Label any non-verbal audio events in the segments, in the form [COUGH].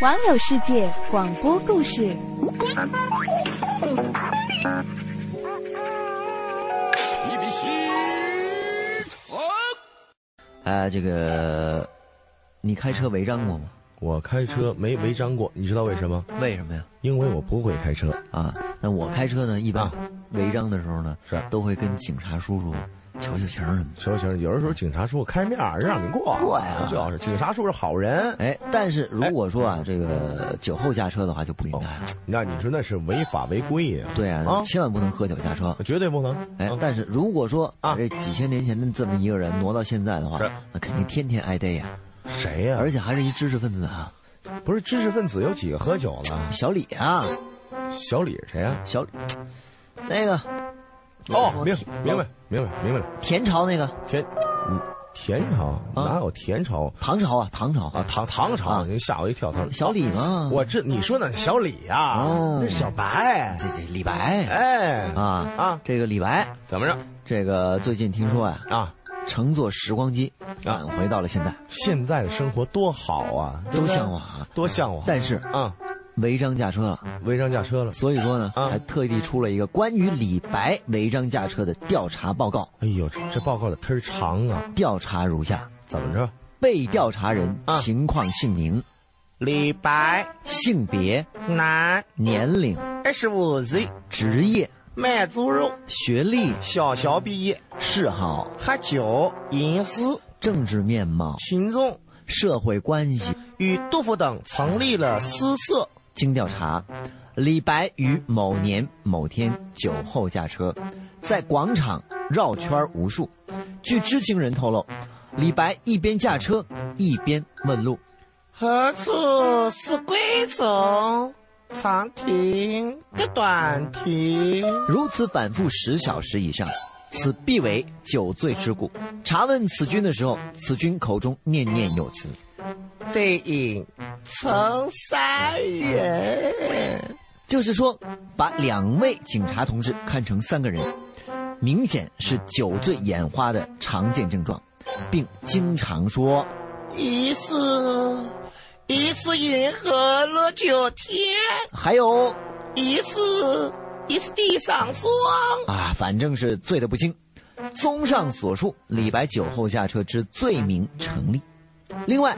网友世界广播故事，哎，这个，你开车违章过吗？我开车没违章过，你知道为什么？为什么呀？因为我不会开车。啊，那我开车呢，一般啊违章的时候呢，是都会跟警察叔叔求求情儿什么的。行行，有的时候警察叔叔开面儿让你过，过呀最好是警察叔叔好人。哎，但是如果说啊，这个酒后驾车的话就不应该了。那你说那是违法违规呀？对啊，啊千万不能喝酒驾车。绝对不能。哎啊，但是如果说把啊这几千年前的这么一个人挪到现在的话是，那肯定天天挨逮呀，谁呀？而且还是一知识分子啊，不是知识分子有几个喝酒了？小李啊，小李是谁呀？小李，那个，哦，明田明白明白明白了。田朝那个田，嗯，田朝哪有田朝唐朝啊，唐朝啊？唐唐朝，啊你吓我一跳。唐小李嘛，我这你说那小李呀哦，那是小白，这这李白哎啊啊这个李白，怎么着这个最近听说呀、啊？乘坐时光机啊返回到了现代，现在的生活多好啊，对都不对向往啊，多向往。但是啊，违章驾车了，违章驾车了。所以说呢，啊还特地出了一个关于李白违章驾车的调查报告，哎呦，这这报告的忒长啊！调查如下：怎么着？被调查人啊情况、姓名、李白，性别、男，年龄、二十五岁，职业、卖猪肉，学历、小学毕业，嗜好、喝酒、饮食、政治面貌、群众社会关系。与杜甫等成立了诗社。经调查，李白于某年某天酒后驾车，在广场绕圈无数。据知情人透露，李白一边驾车一边问路。何处是归程？长亭个短亭。如此反复十小时以上，此必为酒醉之故。查问此君的时候，此君口中念念有词。对影成三人。就是说，把两位警察同志看成三个人，明显是酒醉眼花的常见症状，并经常说疑是，疑是银河落九天，还有疑是，疑是地上霜。啊，反正是醉得不轻。综上所述，李白酒后驾车之罪名成立。另外，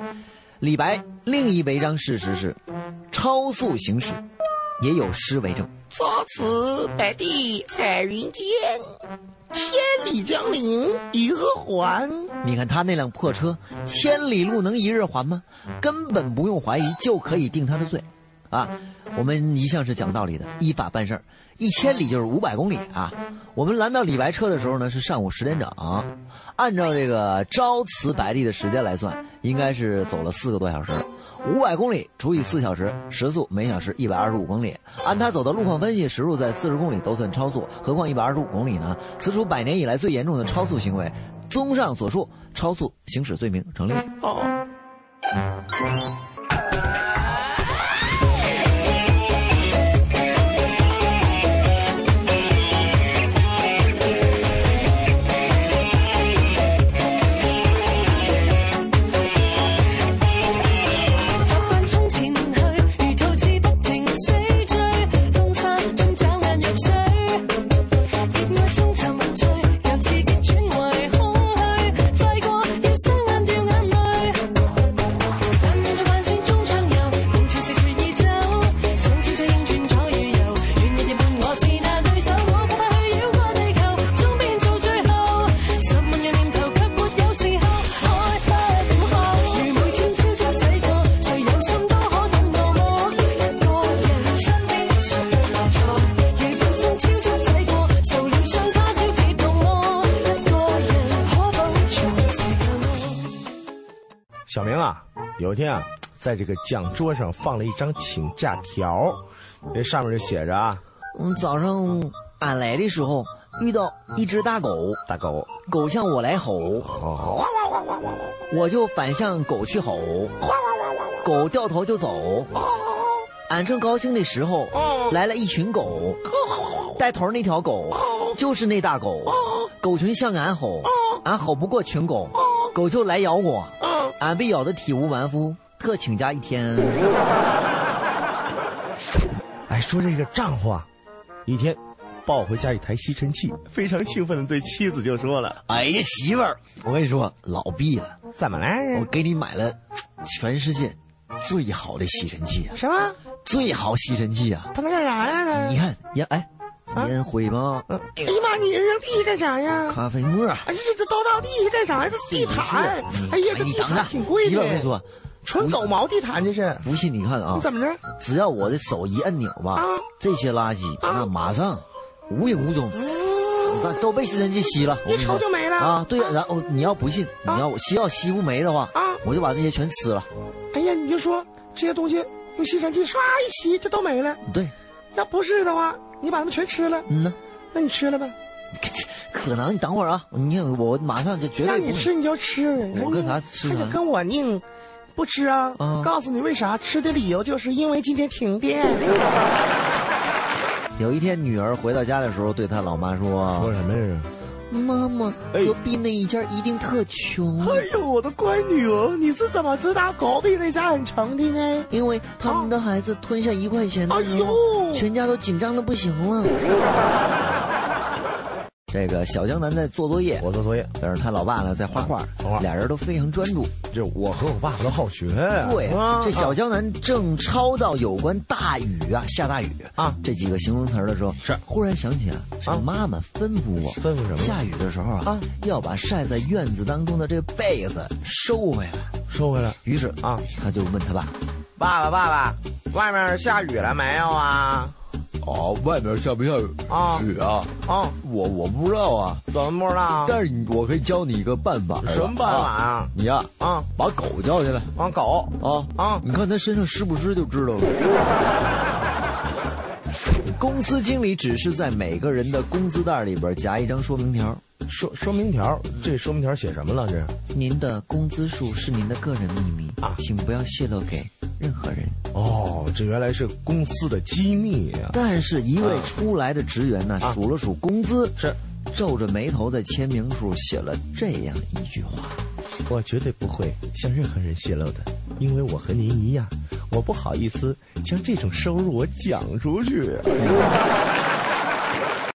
李白另一违章事实是超速行驶，也有诗为证。朝辞白帝彩云间，千里江陵一日还。你看他那辆破车，千里路能一日还吗？根本不用怀疑就可以定他的罪，啊！我们一向是讲道理的，依法办事儿，一千里就是五百公里啊！我们拦到李白车的时候呢，是上午十点整，按照这个朝辞白帝的时间来算，应该是走了四个多小时。五百公里除以四小时，时速每小时一百二十五公里。按他走的路况分析，时速在四十公里都算超速，何况一百二十五公里呢？此处百年以来最严重的超速行为。综上所述，超速行驶罪名成立。哦。习慣衝前去，如兔子不停死追，風沙中找眼藥水，熱愛中沉醉，由刺激轉為空虛，快過要雙眼掉眼淚。但你在幻線中暢遊，無處四處已走，想超車應轉左與右，願日夜伴我是那對手，我不怕去繞過地球，終變做最後。十萬嘅念頭卻沒有時候，愛不了後。如每天朝早洗過，誰有心都可等到我一個人身邊誰留錯？如半生朝早洗過，受了傷他朝自動我一個人可否從此淡忘？小明啊，有一天啊，在这个讲桌上放了一张请假条，这上面就写着啊，嗯，早上俺来的时候遇到一只大狗，大狗，狗向我来吼，我就反向狗去吼，狗掉头就走。俺正高兴的时候，来了一群狗，带头那条狗就是那大狗，狗群向俺吼，俺吼不过群狗，狗就来咬我，俺被咬得体无完肤，各请假一天。哎，说这个丈夫啊，一天抱回家一台吸尘器，非常兴奋的对妻子就说了哎呀，媳妇儿，我跟你说，老毕了，：“怎么我了？给你买了全世界最好的吸尘器啊，什么？最好吸尘器啊！他能干啥呀？他？你看，烟哎，啊烟灰吗？嗯哎哎呦呀妈！你扔地干啥呀？咖啡沫儿。啊哎呀，这这都到地下干啥呀？这地毯，你哎呀，这你地等毯等，挺贵媳妇儿我跟你的，哎说，纯狗毛地毯这是。不信你看啊你，怎么着？只要我的手一按钮吧啊，这些垃圾那马上无影无踪，你看都被吸尘器吸了，我跟一你说抽就没了啊！对，然后你要不信，你要我吸要吸不没的话啊，我就把这些全吃了。哎呀，你就说这些东西用吸尘器唰一吸，这都没了。对，要不是的话，你把它们全吃了，嗯呐，那你吃了呗？可能你等会儿啊，你看我马上就绝让对你不吃你就吃，哎我跟他吃还啥想跟我拧？不吃啊！啊告诉你为啥？吃的理由就是因为今天停电。嗯有一天，女儿回到家的时候，对她老妈说：“哦说什么呀？妈妈，哎隔壁那一家一定特穷，啊哎呦，我的乖女儿，你是怎么知道隔壁那家很穷的呢？因为他们的孩子吞下一块钱的哦哎时候，呦，全家都紧张的不行了。”这个小江南在做作业，我做作业，但是他老爸呢在画画画画，俩人都非常专注。就我和我爸都好学呀。对，啊这小江南正抄到有关大雨啊、下大雨啊这几个形容词儿的时候，是忽然想起啊，是啊妈妈吩咐我，吩咐什么下雨的时候啊，啊要把晒在院子当中的这被子收回来。收回来于是啊，他就问他爸爸爸爸爸，外面下雨了没有啊？哦，外面下不下雨啊雨啊？哦，我我不知道啊，怎么不知道啊？但是你我可以教你一个办法。什么办法啊？啊？你呀、啊把狗叫起来啊，狗啊！啊！你看它身上湿不湿就知道了。：“ [LAUGHS] 公司经理只是在每个人的工资袋里边夹一张说明条，说说明条，这说明条写什么了？这您的工资数是您的个人秘密啊请不要泄露给任何人。”哦，这原来是公司的机密啊呀、但是，一位出来的职员呢，数了数工资，啊是，皱着眉头在签名处写了这样一句话我绝对不会向任何人泄露的，因为我和您一啊样，我不好意思将这种收入我讲出去。